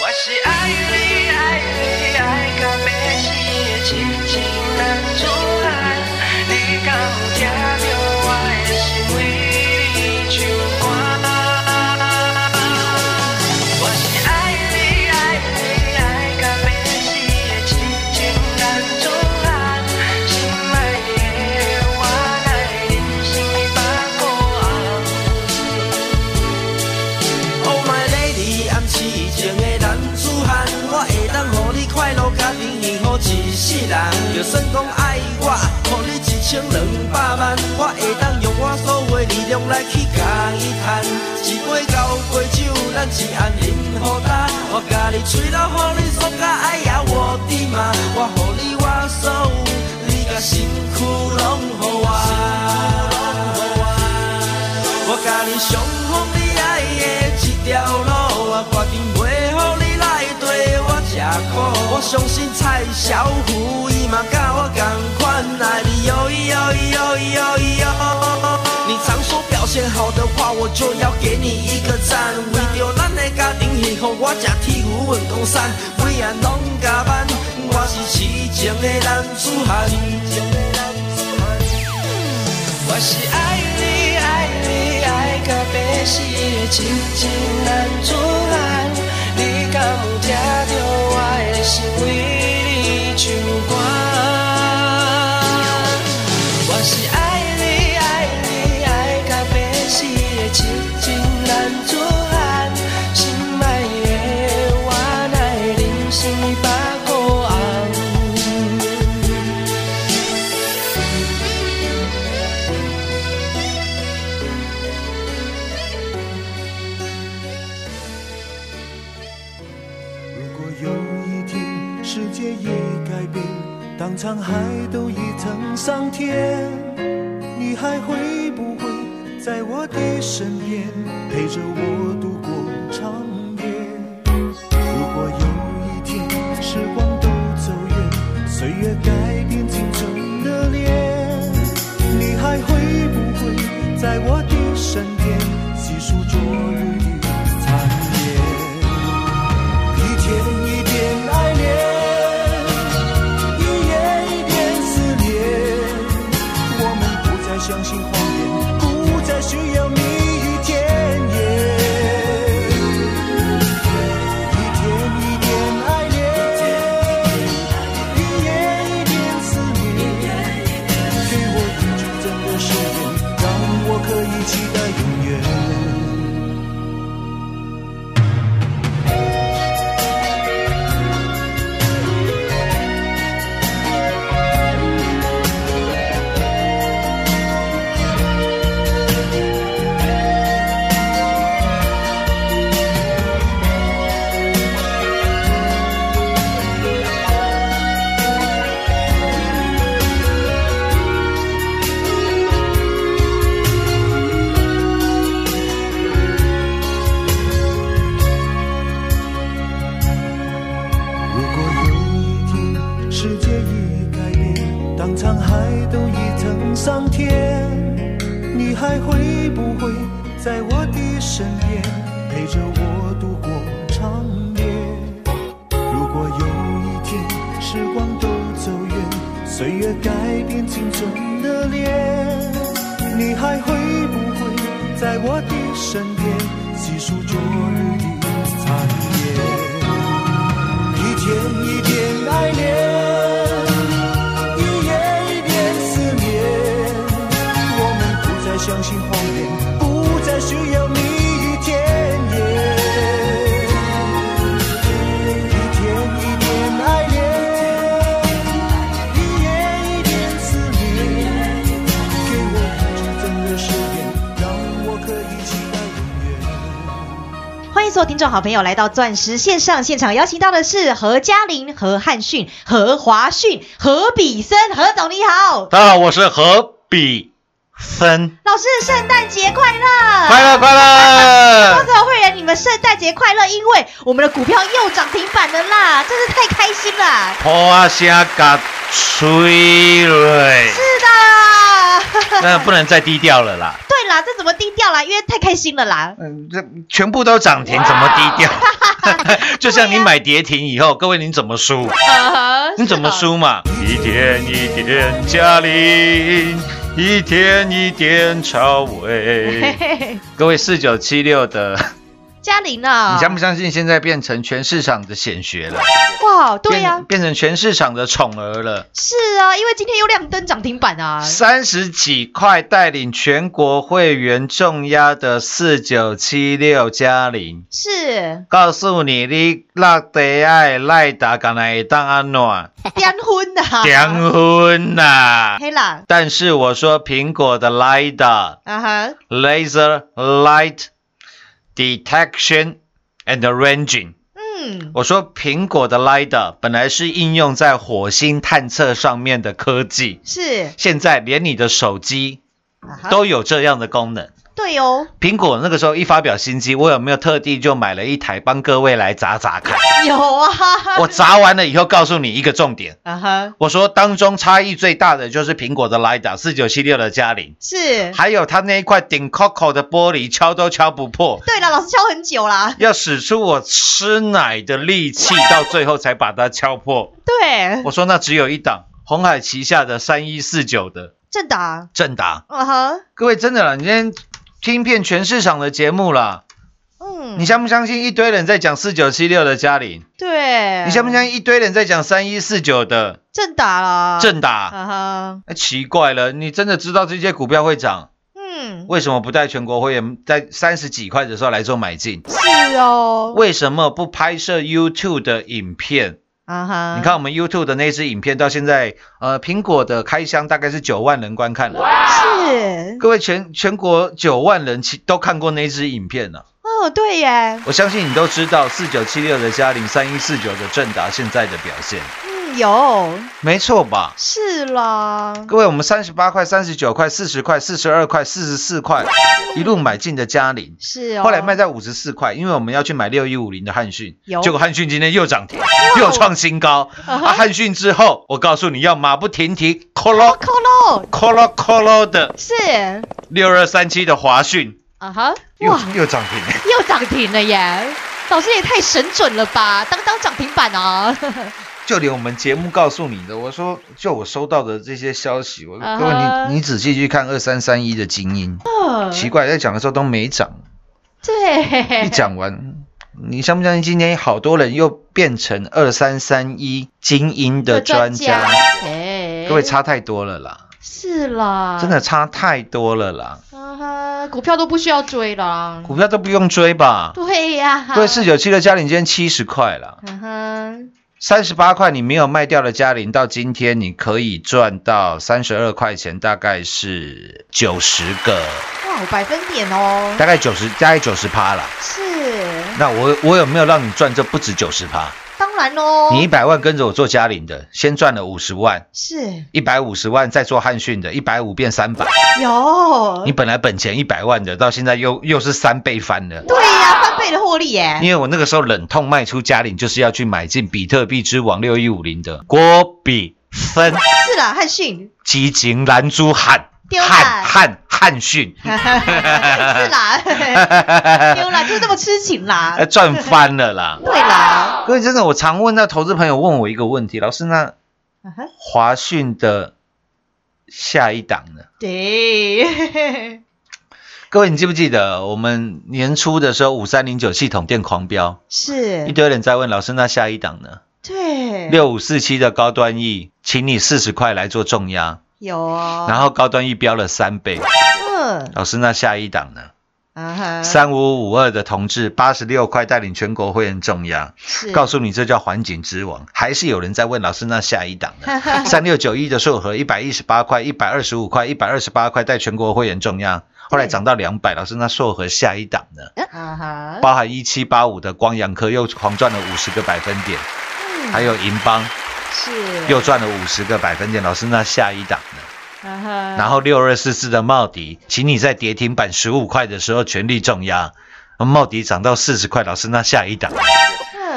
我是爱你爱你爱到要死的痴情男子汉，你敢有听到我的心为你唱歌？我是爱你爱你爱到要死的痴情男子汉，心爱的我来人生百个红。Oh my lady，暗示情的男子汉，我会当互你快乐甲平幸福一世人。就算讲爱我，互你一千两百万，我会当用我所有的力量来去甲伊赚。一杯交杯酒，咱一暗饮好干，我甲你吹到，互你爽甲爱呀我的妈，我互你我所有，你甲身躯拢互我。我甲你上好你爱的一条路，我决定袂予你来对我吃苦。我相信蔡小虎伊嘛甲我同款爱你哟咿哟咿哟咿哟咿哟。你常说表现好的话，我就要给你一个赞。为着咱的家庭幸福，我吃铁牛运江山，每晚拢加班。我是痴情的男子汉。我是爱你爱你爱到要死的痴情男子汉，你敢有听到我的心为你唱歌？我是爱你爱你爱到要死的痴情男子汉，心爱的我来人生百个红。如果有一天世界已改变，当沧海都已成桑田，你还会不会在我的身边，陪着我度过长夜？如果有一天时光都走远，岁月改变青春的脸，你还会不会在我的身边，细数昨日的残夜？一天一点爱恋，一夜一点思念。我们不再相信谎言，不再需要蜜语甜言。一天一点爱恋，一夜一点思念。给我一句真的誓言，让我可以期待永远。如果有一天世界已改变，当沧海都已成桑田，你还会不会在我的身边，陪着我度过长夜？如果有一天时光都走远，岁月改变青春的脸，你还会不会在我的身边，细数昨日的残夜？一天一点爱恋，一夜一点思念。我们不再相信谎言，不再需要蜜语甜言。一天一点爱恋，一夜一点思念。给我一句真的誓言，让我可以期待永远。欢迎锁听众好朋友来到钻石线上现场，邀请到的是何嘉玲、何汉逊、何华逊、何比森，何总你好，大家好，我是何比 森，老师圣诞节快乐！快乐快高乐！哥会员，你们圣诞节快乐！因为我们的股票又涨停板了啦，真是太开心了！破啊虾嘎吹瑞，是的，那不能再低调了啦。 对啦，这怎么低调啦？因为太开心了啦。嗯，这全部都涨停，怎么低 调？就像你买跌停以后，各位你怎么输？呃啊你怎么？输嘛？一点一点加零，一点一点超是的伟。嘿嘿嘿 各位四九七六的， 嘉玲啊呢？你相不相信现在变成全市场的显学了？哇，对呀、变变成全市场的宠儿了。是啊，因为今天又亮灯涨停板啊。三十几块带领全国会员重压的四九七六加零，是告诉你你落地爱赖达敢来当安暖点婚的、啊，凉昏呐。黑啦，但是我说苹果的 LiDAR 啊哈， Laser Light Detection and Ranging，嗯，我说苹果的 LiDAR 本来是应用在火星探测上面的科技，是，现在连你的手机啊哈都有这样的功能。对哦，苹果那个时候一发表新机，我有没有特地就买了一台帮各位来砸砸看？有啊，我砸完了以后，告诉你一个重点，啊哈，我说当中差异最大的就是苹果的 LiDAR 四九七六的嘉陵，是，还有它那一块顶 Coco 的玻璃敲都敲不破，对了，老师敲很久啦，要使出我吃奶的力气，到最后才把它敲破。对，我说那只有一档，红海旗下的三一四九的正打，正达。啊哈，各位真的啦，你今天听遍全市场的节目啦。嗯，你相不相信一堆人在讲四九七六的嘉玲？对，你相不相信一堆人在讲三一四九的正打啦，正达？啊哈，哎奇怪了，你真的知道这些股票会涨？嗯，为什么不带全国会员在三十几块的时候来做买进？是哦，为什么不拍摄 YouTube 的影片？啊哈，你看我们 YouTube 的那支影片到现在，呃，苹果的开箱大概是九万人观看了。是，各位全全国九万人其都看过那支影片了、哦，对耶，我相信你都知道四九七六的嘉玲、三一四九的正达现在的表现。嗯，有，没错吧？是啦，各位，我们三十八块、三十九块、四十块、四十二块、四十四块一路买进的嘉陵，是哦，后来卖在五十四块，因为我们要去买六一五零的汉讯有，结果汉讯今天又涨停，又创 新高。啊，汉讯之后，我告诉你要马不停蹄，咯咯哦扣喽，咯咯咯咯的是，六二三七的华讯啊哈，又哇。又涨停，又涨停了耶！老师也太神准了吧，当当涨停板啊！就连我们节目告诉你的，我说就我收到的这些消息，我啊说哈各位你你仔细去看二三三一的精英，嗯奇怪在讲的时候都没涨。 对， 一讲完，你相不相信今天好多人又变成二三三一精英的专家？哎，各位差太多了啦，是啦，真的差太多了啦，啊哈，股票都不需要追啦，股票都不用追吧？对呀、各位四九七的嘉玲今天七十块了，嗯哼，三十八块你没有卖掉的嘉玲，到今天你可以赚到三十二块钱，大概是九十个，哇，百分点哦，大概九十，大概九十趴啦。是，那我我有没有让你赚这不止九十趴？当然喽，你一百万跟着我做嘉玲的，先赚了五十万，是一百五十万再做汉逊的，一百五变三百，哦有你，本来本钱一百万的，到现在又又是三倍翻了。对呀、翻倍的获利耶，因为我那个时候忍痛卖出嘉陵，就是要去买进比特币之王六一五零的郭比森是啦，汉 逊，基金蓝珠汉丢啦汉汉汉逊，是 啦，丢啦，就这么痴情啦呃，赚翻了啦！对啦，各位真的，我常问那投资朋友问我一个问题，老师，那啊哈。华讯的下一档呢？对， 各位，你记不记得我们年初的时候，五三零九系统电狂飙？一是，堆人在问老师，那下一档呢？对，六五四七的高端 E，请你四十块来做重压，有哦，然后高端 E 标了三倍。嗯，老师，那下一档呢？啊哈，三五五二的同志八十六块带领全国会员重压，是告诉你这叫环境之王。还是有人在问老师，那下一档 呢？三六九一的硕和一百一十八块、一百二十五块、一百二十八块带全国会员重压。后来涨到两百，老师那硕和下一档呢？啊哈，包含一七八五的光阳科又狂赚了五十个百分点，嗯还有银邦是又赚了五十个百分点。老师，那下一档呢？啊哈，然后六二四四的茂迪，请你在跌停板十五块的时候全力重压，茂迪涨到四十块，老师那下一档，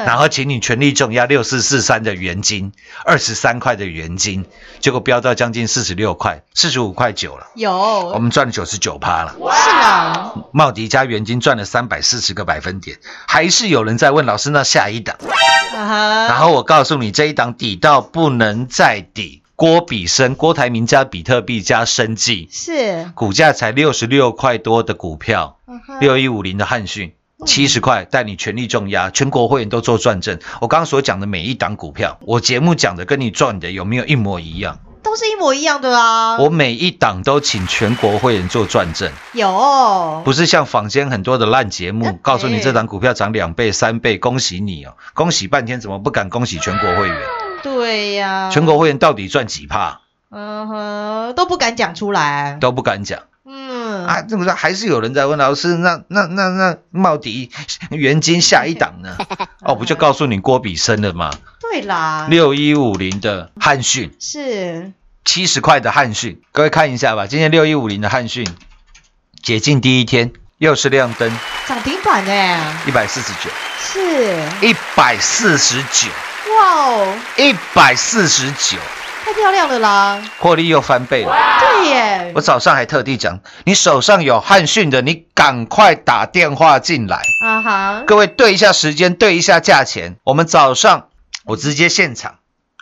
然后请你全力重压六四四三的元金，二十三块的元金，结果飙到将近四十六块，四十五块九了，我有们赚了九十九趴了。是啊，茂迪加元金赚了三百四十个百分点，还是有人在问老师那下一档，啊哈，然后我告诉你这一档底到不能再底，郭比生、郭台铭加比特币加生技，是啊股价才六十六块多的股票，嗯六一五零的汉讯。七十块带你全力重压，全国会员都做转正。我刚刚所讲的每一档股票，我节目讲的跟你赚的有没有一模一样？都是一模一样的啊，我每一档都请全国会员做转正。有不是像坊间很多的烂节目，告诉你这档股票涨两倍、三倍，恭喜你哦！恭喜半天，怎么不敢恭喜全国会员？对呀，全国会员到底赚几趴嗯哼都不敢讲出来，都不敢讲嗯啊！这个还是有人在问老师，那那那那茂迪、元金下一档呢？哦，不就告诉你郭比生了吗？对啦，六一五零的汉讯，是七十块的汉讯，各位看一下吧。今天六一五零的汉讯解禁第一天又是亮灯，涨停板哎，一百四十九，是一百四十九。哇哦，一百四十九，太漂亮了啦，获利又翻倍了。对耶我，早上还特地讲，你手上有汉讯的，你赶快打电话进来。啊哈，各位对一下时间，对一下价钱。我们早上我直接现场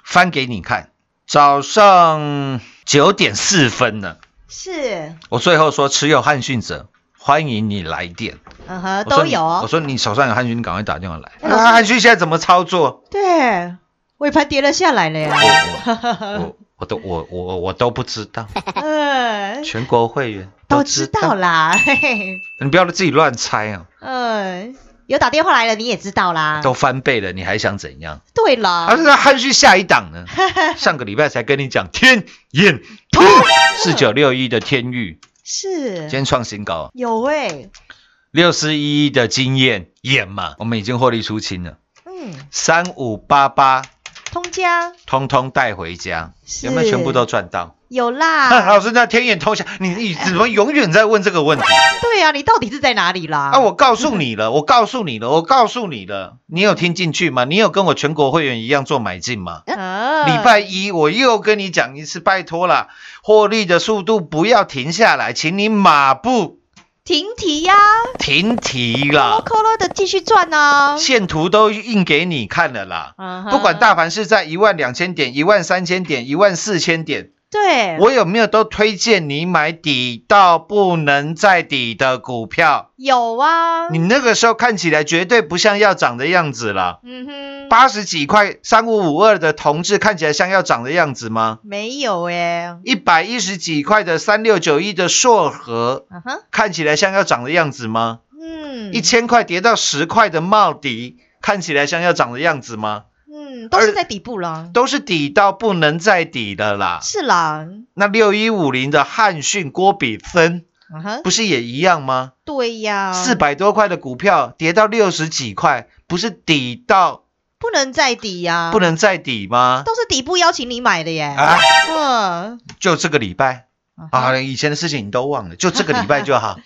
翻给你看，早上九点四分呢。是，我最后说，持有汉讯者，欢迎你来电。嗯哼，我说都你有我哦，说你手上有汉讯，你赶快打电话来。啊哎老师那汉讯现在怎么操 作？对，尾盘跌了下来了 呀，我我我都我我我都不知道。嗯，全国会员哎都知道，啦， 嘿嘿，你不要自己乱猜啊！嗯，有打电话来了你也知道啦，都翻倍了，你还想怎样？对啦，而是在啊汉讯下一档 呢，上个礼拜才跟你讲天眼突哦四九六一的天域，今是天创新高，有哎、六四一一的经验眼嘛，我们已经获利出清了，嗯，三五八八通家通通带回家，是啊有没有全部都赚到？有那啦， 老师，那天眼偷下，你你怎么永远在问这个问题？对啊，你到底是在哪里啦？啊，我告诉你了，我告诉你了，我告诉你了，你有听进去吗？你有跟我全国会员一样做买进吗？啊礼拜一我又跟你讲一次，拜托啦，获利的速度不要停下来，请你马不停啊提呀、停蹄抠啦，抠抠的继续赚 啊，线图都印给你看了啦。啊哈不管大盘是在一万两千点、一万三千点、一万四千点，对，我有没有都推荐你买底到不能再底的股票？有啊，你那个时候看起来绝对不像要涨的样子啦。嗯哼，八十几块三五五二的同志看起来像要涨的样子吗？没有哎、一百一十几块的三六九一的硕和啊哈，看起来像要涨的样子吗？嗯，一千块跌到十块的茂迪看起来像要涨的样子吗？嗯，都是在底部啦，都是底到不能再底的啦。是啦，那六一五零的汉讯郭比森啊哈，不是也一样吗？对呀，四百多块的股票跌到六十几块，不是底到不能再底呀、不能再底吗？都是底部邀请你买的耶，啊，嗯，就这个礼拜。啊哈啊，以前的事情你都忘了，就这个礼拜就好。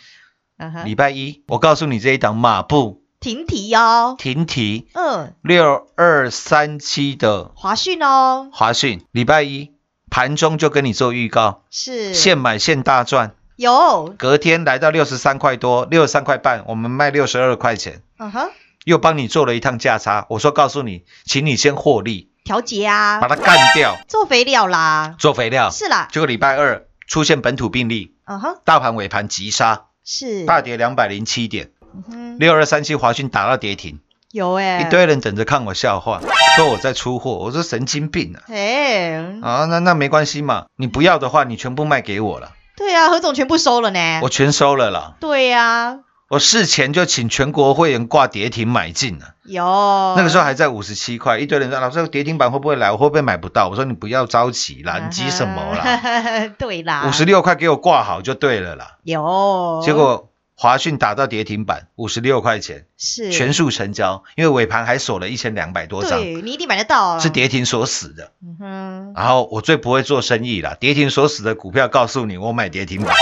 啊哈，礼拜一，我告诉你这一档马步停提哦，停提嗯，六二三七的华讯哦，华讯，礼拜一盘中就跟你做预告，是现买现大赚，有，隔天来到六十三块多，六十三块半，我们卖六十二块钱，嗯哼，又帮你做了一趟价差。我说告诉你，请你先获利，调节啊把，它干掉，做肥料啦，做肥料。是啦，结果礼拜二出现本土病例，嗯哼，大盘尾盘急杀，是，大跌两百零七点，嗯哼，六二三七华讯打到跌停。有哎、一堆人等着看我笑话，说我在出货，我说神经病啊！哎、啊，那那没关系嘛，你不要的话，你全部卖给我了，对啊，何总全部收了呢。我全收了啦。对呀、我事前就请全国会员挂跌停买进了，有那那个时候还在五十七块，一堆人说老师跌停板会不会来？我会不会买不到？我说你不要着急啊啦，你急什么 啦？啦？对啦，五十六块给我挂好就对了啦。有，结果华讯打到跌停板，五十六块钱，是全数成交，因为尾盘还锁了一千两百多张，对你一定买得到啊，是跌啊停锁死的。嗯哼，然后我最不会做生意啦，跌停锁死的股票，告诉你我买跌停板，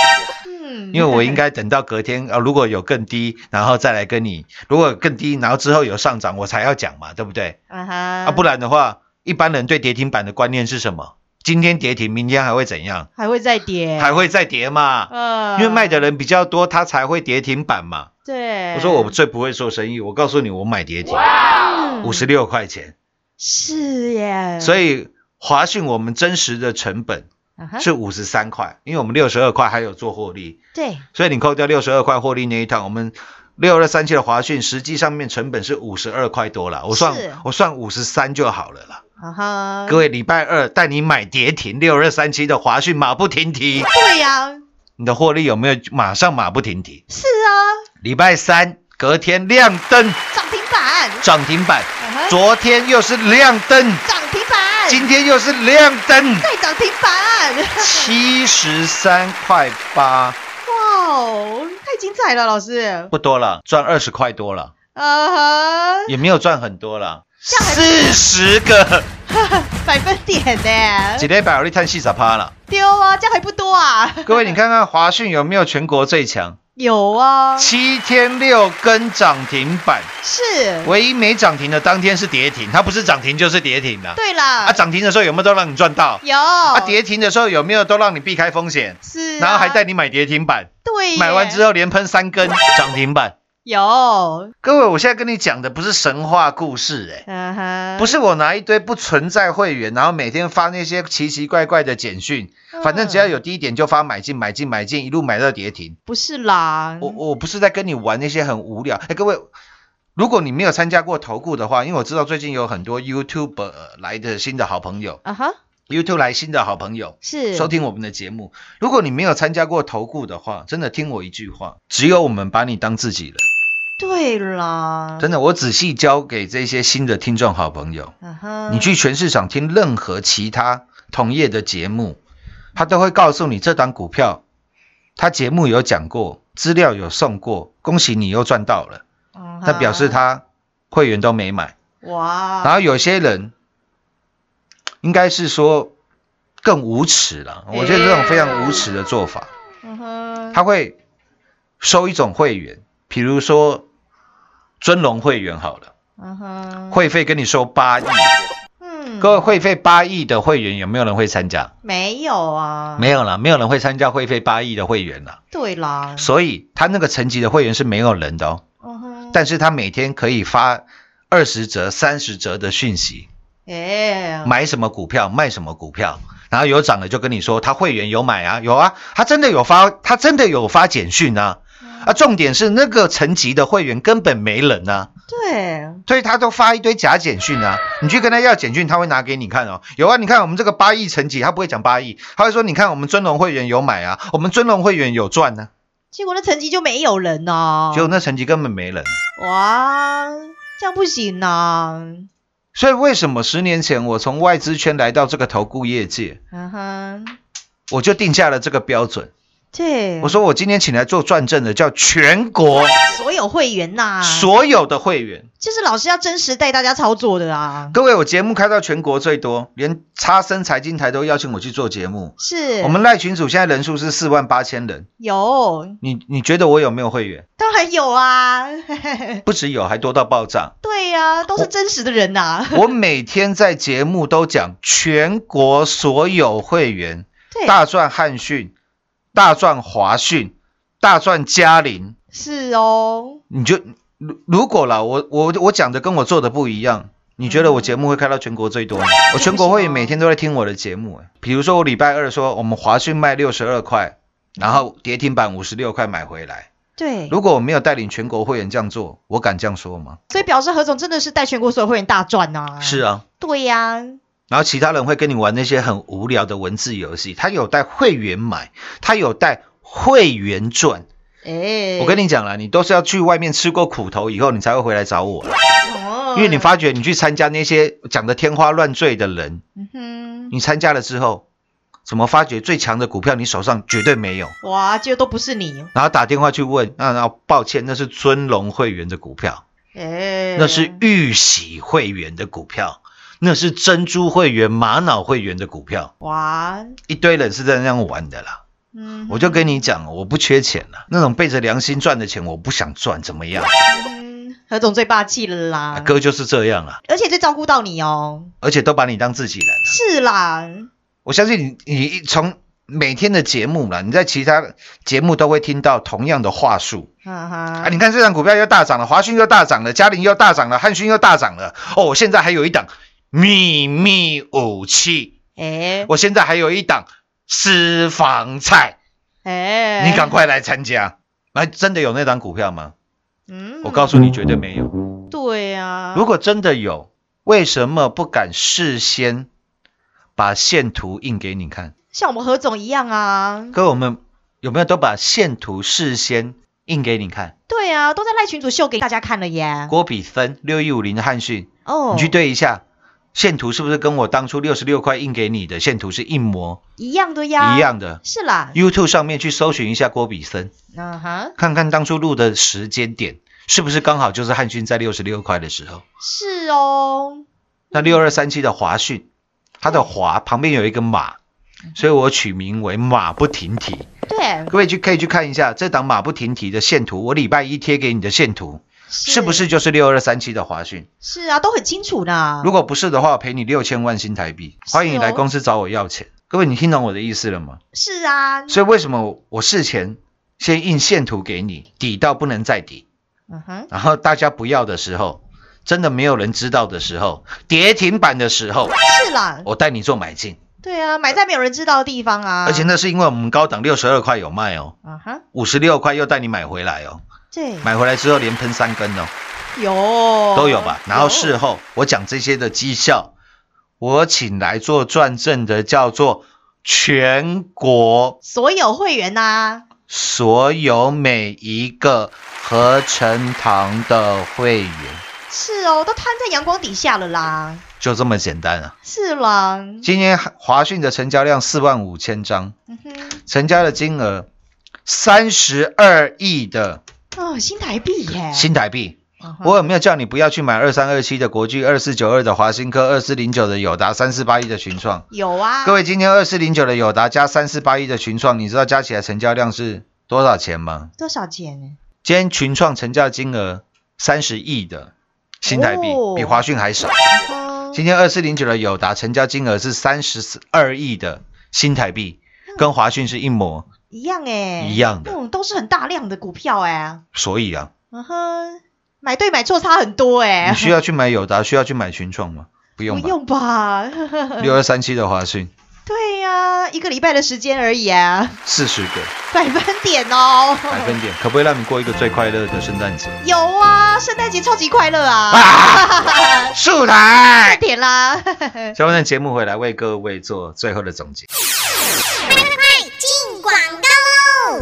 嗯，因为我应该等到隔天啊、呃如果有更低，然后再来跟你，如果有更低，然后之后有上涨，我才要讲嘛，对不对？啊哈，啊，不然的话，一般人对跌停板的观念是什么？今天跌停，明天还会怎样？还会再跌，还会再跌嘛？呃因为卖的人比较多，它才会跌停板嘛。对，我说我最不会做生意，我告诉你，我买跌停，五十六块钱。嗯是耶，所以以华讯我们真实的成本啊是五十三块，因为我们六十二块还有做获利，对，所以你扣掉六十二块获利那一趟，我们六二三七的华讯实际上面成本是五十二块多了，我算是我算五十三就好了啦。啊哈，各位礼拜二带你买跌停六二三七的华讯马不停蹄，对呀，你的获利有没有马上马不停蹄？是啊，礼拜三隔天亮灯涨停板，涨停板，啊哈昨天又是亮灯，涨停板，今天又是亮灯。再涨停板，七十三块八，哇哦，太精彩了，老师，不多了，赚二十块多了，啊哈，也没有赚很多了。样还四十个， 百分点几呢，礼拜我力探细傻 趴了。丢啊，这样还不多啊，各位，你看看华讯有没有全国最强？有啊，七天六根涨停板，是，唯一没涨停的当天是跌停，它不是涨停就是跌停的。对啦，啊，涨停的时候有没有都让你赚到？有，啊，啊跌停的时候有没有都让你避开风险？是啊，然后还带你买跌停板，对耶，买完之后后连喷三根涨停板。有，啊各位，我现在跟你讲的不是神话故事、欸，哈，不是我拿一堆不存在会员，然后每天发那些奇奇怪怪的简讯，嗯反正只要有低点就发买进买进买进，一路买到跌停。不是啦，我我不是在跟你玩那些很无聊。哎、各位，如果你没有参加过投顾的话，因为我知道最近有很多 YouTube 呃来的新的好朋友啊哈， ，YouTube 来新的好朋友。是收听我们的节目，如果你没有参加过投顾的话，真的听我一句话，只有我们把你当自己人。对啦，真的，我仔细教给这些新的听众好朋友，啊哈，你去全市场听任何其他同业的节目，他都会告诉你这档股票，他节目有讲过，资料有送过，恭喜你又赚到了。啊哈，那表示他会员都没买，哇，然后有些人应该是说更无耻了，我觉得这种非常无耻的做法，嗯哼，他会收一种会员，比如说尊龙会员好了，嗯哼，会费跟你收八亿。嗯，各位会费八亿的会员有没有人会参加？没有啊，没有啦，没有人会参加会费八亿的会员啦。对啦，所以他那个层级的会员是没有人的哦，嗯哼，但是他每天可以发二十折、三十折的讯息，哎，买什么股票，卖什么股票，然后有涨了就跟你说他会员有买啊，有啊，他真的有发，他真的有发简讯啊。啊，重点是那个层级的会员根本没人啊。对，所以他都发一堆假简讯啊！你去跟他要简讯，他会拿给你看哦。有啊，你看我们这个八亿成绩，他不会讲八亿，他会说你看我们尊龙会员有买啊，我们尊龙会员有赚呢、结果那成绩就没有人呐，结果那成绩根本没人。啊哇，这样不行啊呐，所以为什么十年前我从外资圈来到这个投顾业界，嗯哼，我就定下了这个标准？对，我说我今天请来做转正的叫全国所有会员呐，所有的会员。就是老师要真实带大家操作的啊，各位，我节目开到全国最多，连差生财经台都邀请我去做节目。是，我们赖群组现在人数是四万八千人。有，你你觉得我有没有会员？当然有啊，。不只有，还多到爆炸 对哦呀，都是真实的人呐，我每天在节目都讲全国所有会员，对，大赚汉讯、大赚华讯、大赚嘉陵，是哦，你就如如果啦，我我我讲的跟我做的不一样。你觉得我节目会开到全国最多吗？我全国会员每天都在听我的节目、欸比如说我礼拜二说我们华讯卖六十二块，然后跌停板五十六块买回来。对，如果我没有带领全国会员这样做，我敢这样说吗？所以表示何总真的是带全国所有会员大赚呐、是，啊，对呀、然后其他人会跟你玩那些很无聊的文字游戏。他有带会员买，他有带会员赚，哎，我跟你讲了，你都是要去外面吃过苦头以后，你才会回来找我，哦，因为你发觉你去参加那些讲的天花乱坠的人，嗯你参加了之后，怎么发觉最强的股票你手上绝对没有？哼，哇，这都不是你，然后打电话去问，那、啊、那抱歉，那是尊龙会员的股票，哎，那是玉玺会员的股票，那是珍珠会员、玛瑙会员的股票，哇，一堆人是在那样玩的啦。嗯哼，我就跟你讲，我不缺钱了，那种背着良心赚的钱，我不想赚，怎么样？嗯何总最霸气了啦，啊哥就是这样啊，而且最照顾到你哦，而且都把你当自己人了。是啦，我相信你，你一从每天的节目啦，你在其他节目都会听到同样的话术哈啊。哈，你看这档股票又大涨了，华讯又大涨了，嘉陵又大涨了，汉讯又大涨了。哦，我现在还有一档秘密武器，哎我现在还有一档私房菜，哎，你赶快来参加。那真的有那档股票吗？嗯，我告诉你，绝对没有。对啊，如果真的有，为什么不敢事先把线图印给你看？像我们何总一样啊，哥，我们有没有都把线图事先印给你看？对啊，都在赖群主秀给大家看了耶，郭比分六一五零的汉讯，哦，你去对一下，线图是不是跟我当初六十六块印给你的线图是一模一样的呀，一，样的是啦， ？YouTube 上面去搜寻一下郭比森，嗯哈，看看当初录的时间点是不是刚好就是汉讯在六十六块的时候。是哦，那六二三七的华讯，它的华旁边有一个马，所以我取名为马不停蹄。对，各位去可以去看一下这档马不停蹄的线图，我礼拜一贴给你的线图是不？是就是六二三七的华讯？是啊，都很清楚呢。如果不是的话，我赔你六千万新台币。是哦欢迎你来公司找我要钱。各位，你听懂我的意思了吗？是啊，所以为什么我事前先印线图给你，底到不能再底，嗯哼，然后大家不要的时候，真的没有人知道的时候，跌停板的时候，是啦，我带你做买进。对啊，买在没有人知道的地方啊。而且，那是因为我们高档六十二块有卖哦，啊哈，五十六块又带你买回来哦，对，买回来之后连喷三根哦，有哦都有吧。然后事后我讲这些的绩效，我请来做转正的叫做全国所有会员呐、所有每一个合成堂的会员，是哦，都摊在阳光底下了啦。就这么简单啊。是啦，今天华讯的成交量四万五千张，嗯哼，成交的金额三十二亿的哦，新台币耶。新台币。嗯哼我有没有叫你不要去买二三二七的国巨、二四九二的华新科、二四零九的友达、三四八一的群创？有啊，各位，今天二四零九的友达加三四八一的群创，你知道加起来成交量是多少钱吗？多少钱呢？今天群创成交金额三十亿的新台币哦，比华讯还少。嗯今天二四零九的友达成交金额是三十二亿的新台币，嗯跟华讯是一模一样哎，一样的。嗯，都是很大量的股票哎。所以啊，嗯哼，买对买错差很多哎。你需要去买友达，需要去买群创吗？不用不吧。用吧？六二三七的华讯 对呀、一个礼拜的时间而已啊，四十个。百分点哦。百分点，可不可以让你过一个最快乐的圣 诞节？有啊，圣诞节超级快乐哎啊啊！树台快点啦！ 下半段节目回来为各位做最后的总结。进广告喽！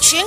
全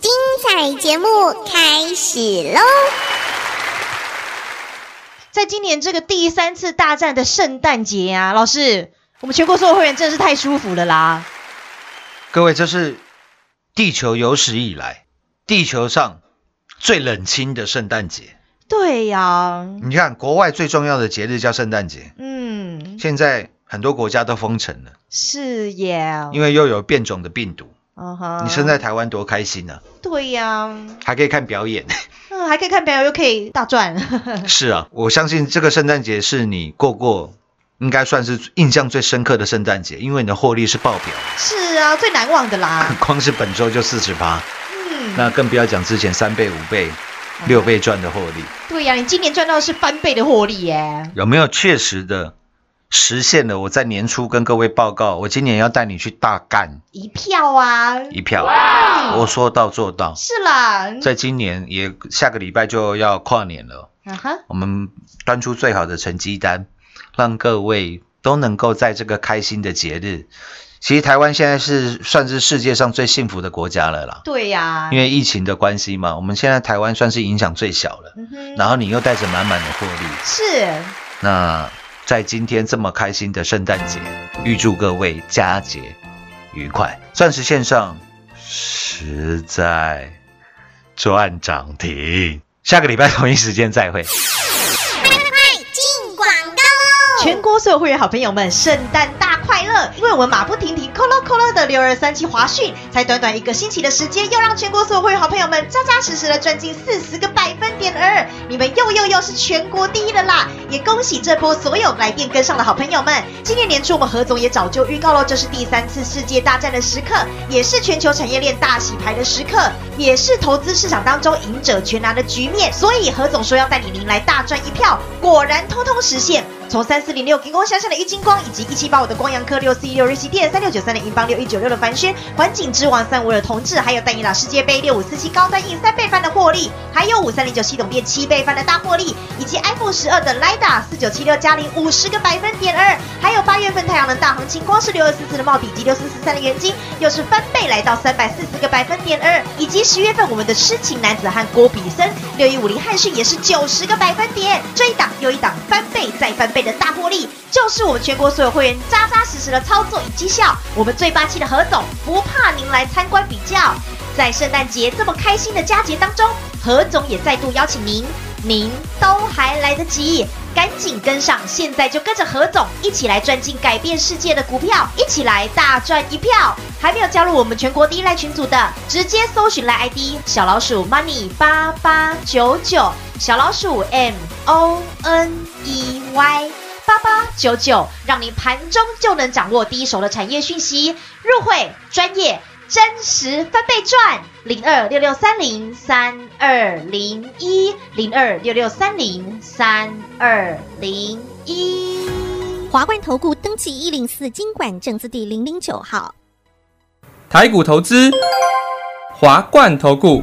精彩节目开始喽！在今年这个第三次大战的圣诞节啊，老师，我们全国所有会员真的是太舒服了啦！各位，这是地球有史以来地球上最冷清的圣诞节。对呀、你看，国外最重要的节日叫圣诞节，嗯，现在很多国家都封城了，是耶，因为又有变种的病毒。嗯哼你身在台湾多开心啊，对呀、还可以看表演。嗯，还可以看表演，又可以大赚， 是啊，我相信这个圣诞节是你过过应该算是印象最深刻的圣诞节，因为你的获利是爆表，是啊，最难忘的啦，光是本周就四十趴，嗯，那更不要讲之前三倍、五倍、六倍赚的获利，对呀、你今年赚到的是翻倍的获利耶，有没有确实的实现了？我在年初跟各位报告，我今年要带你去大干一票啊，一票，我说到做到，是啦，在今年也下个礼拜就要跨年了。啊哈，我们端出最好的成绩单，让各位都能够在这个开心的节日。其实台湾现在是算是世界上最幸福的国家了啦，对呀、因为疫情的关系嘛，我们现在台湾算是影响最小了。嗯哼，然后你又带着满满的获利，是那在今天这么开心的圣诞节，预祝各位佳节愉快！钻石线上实在赚涨停，下个礼拜同一时间再会。进广告喽！全国所有会员好朋友们，圣诞大快乐！因为我们马不停蹄、扣喽扣喽的六二三七华讯，才短短一个星期的时间，又让全国所有会员好朋友们扎扎实实的赚进四十个百分点二，你们又又又是全国第一了啦！也恭喜这波所有来电跟上的好朋友们。今年年初我们何总也早就预告了，这是第三次世界大战的时刻，也是全球产业链大洗牌的时刻，也是投资市场当中赢者全拿的局面。所以何总说要带你迎来大赚一票，果然通通实现。从三四零六金光相向的郁金光，以及一七八五的光阳科六四一六日系店三六九三的银邦六一九六的凡轩，环境之王三五的同志，还有戴伊朗世界杯六五四七高端印三倍翻的获利，还有五三零九系统店七倍翻的大获利，以及 iPhone 十二的 Lida 四九七六加零五十个百分点二，还有八月份太阳能大行情，光是六二四四的帽底及六四四三的元金，又是翻倍来到三百四十个百分点二，以及十月份我们的痴情男子汉郭比森六一五零汉逊也是九十个百分点，这一档又一档翻倍再翻倍的大获利，就是我们全国所有会员扎扎实实的操作与绩效，我们最霸气的何总不怕您来参观比较。在圣诞节这么开心的佳节当中，何总也再度邀请您，您都还来得及，赶紧跟上，现在就跟着何总一起来赚进改变世界的股票，一起来大赚一票。还没有加入我们全国第一赖群组的，直接搜寻赖 ID 小老鼠 money 八八九九，小老鼠 m o n e y。八八九九，让您盘中就能掌握第一手的产业讯息，入会专业。真实翻倍赚，零二六六三零三二零一，零二六六三零三二零一。华冠投顾登记一零四经管证字第零零九号。台股投资，华冠投顾。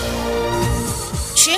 全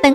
本